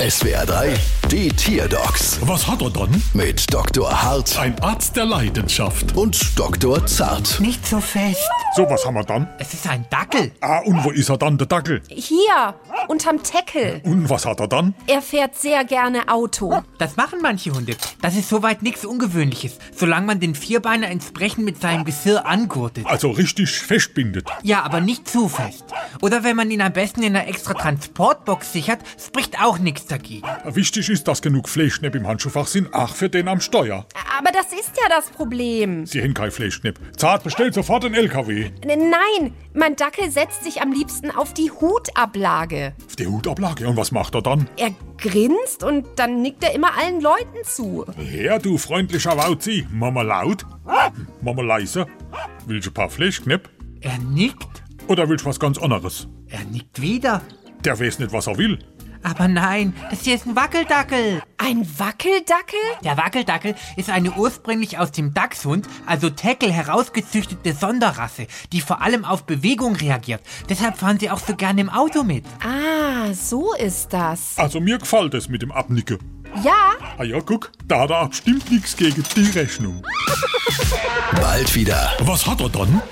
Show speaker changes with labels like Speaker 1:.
Speaker 1: SWR 3, die Tierdocs
Speaker 2: Was hat er dann?
Speaker 1: mit Dr. Hart
Speaker 2: Ein Arzt der Leidenschaft.
Speaker 1: und Dr. Zart.
Speaker 3: Nicht so fest.
Speaker 2: So, was haben wir dann?
Speaker 3: Es ist ein Dackel.
Speaker 2: Ah, und wo ist er dann, der Dackel?
Speaker 4: Hier, unterm Deckel.
Speaker 2: Und was hat er dann?
Speaker 4: Er fährt sehr gerne Auto.
Speaker 3: Das machen manche Hunde. Das ist soweit nichts Ungewöhnliches, solange man den Vierbeiner entsprechend mit seinem Gesirr angurtet.
Speaker 2: Also richtig festbindet.
Speaker 3: Ja, aber nicht zu fest. Oder wenn man ihn am besten in einer extra Transportbox sichert, spricht auch nichts dagegen.
Speaker 2: Wichtig ist, dass genug Fleischknepp im Handschuhfach sind, ach für den am Steuer.
Speaker 4: Aber das ist ja das Problem.
Speaker 2: Sie haben kein Fleischknepp. Zart, bestellt sofort den LKW.
Speaker 4: N- Nein, mein Dackel setzt sich am liebsten auf die Hutablage.
Speaker 2: Auf die Hutablage. Und was macht er dann?
Speaker 4: Er grinst und dann nickt er immer allen Leuten zu.
Speaker 2: Her, du freundlicher Wauzi. Mama laut. Mama leise. Willst du ein paar Fleischknepp?
Speaker 3: Er nickt.
Speaker 2: Oder willst du was ganz anderes?
Speaker 3: Er nickt wieder.
Speaker 2: Der weiß nicht, was er will.
Speaker 3: Aber nein, das hier ist ein Wackeldackel.
Speaker 4: Ein Wackeldackel?
Speaker 3: Der Wackeldackel ist eine ursprünglich aus dem Dachshund, also Tackle, herausgezüchtete Sonderrasse, die vor allem auf Bewegung reagiert. Deshalb fahren sie auch so gerne im Auto mit.
Speaker 4: Ah, so ist das.
Speaker 2: Also mir gefällt es mit dem Abnicken.
Speaker 4: Ja,
Speaker 2: Ah ja, guck, da hat er bestimmt nichts gegen die Rechnung.
Speaker 1: Bald wieder.
Speaker 2: Was hat er dann?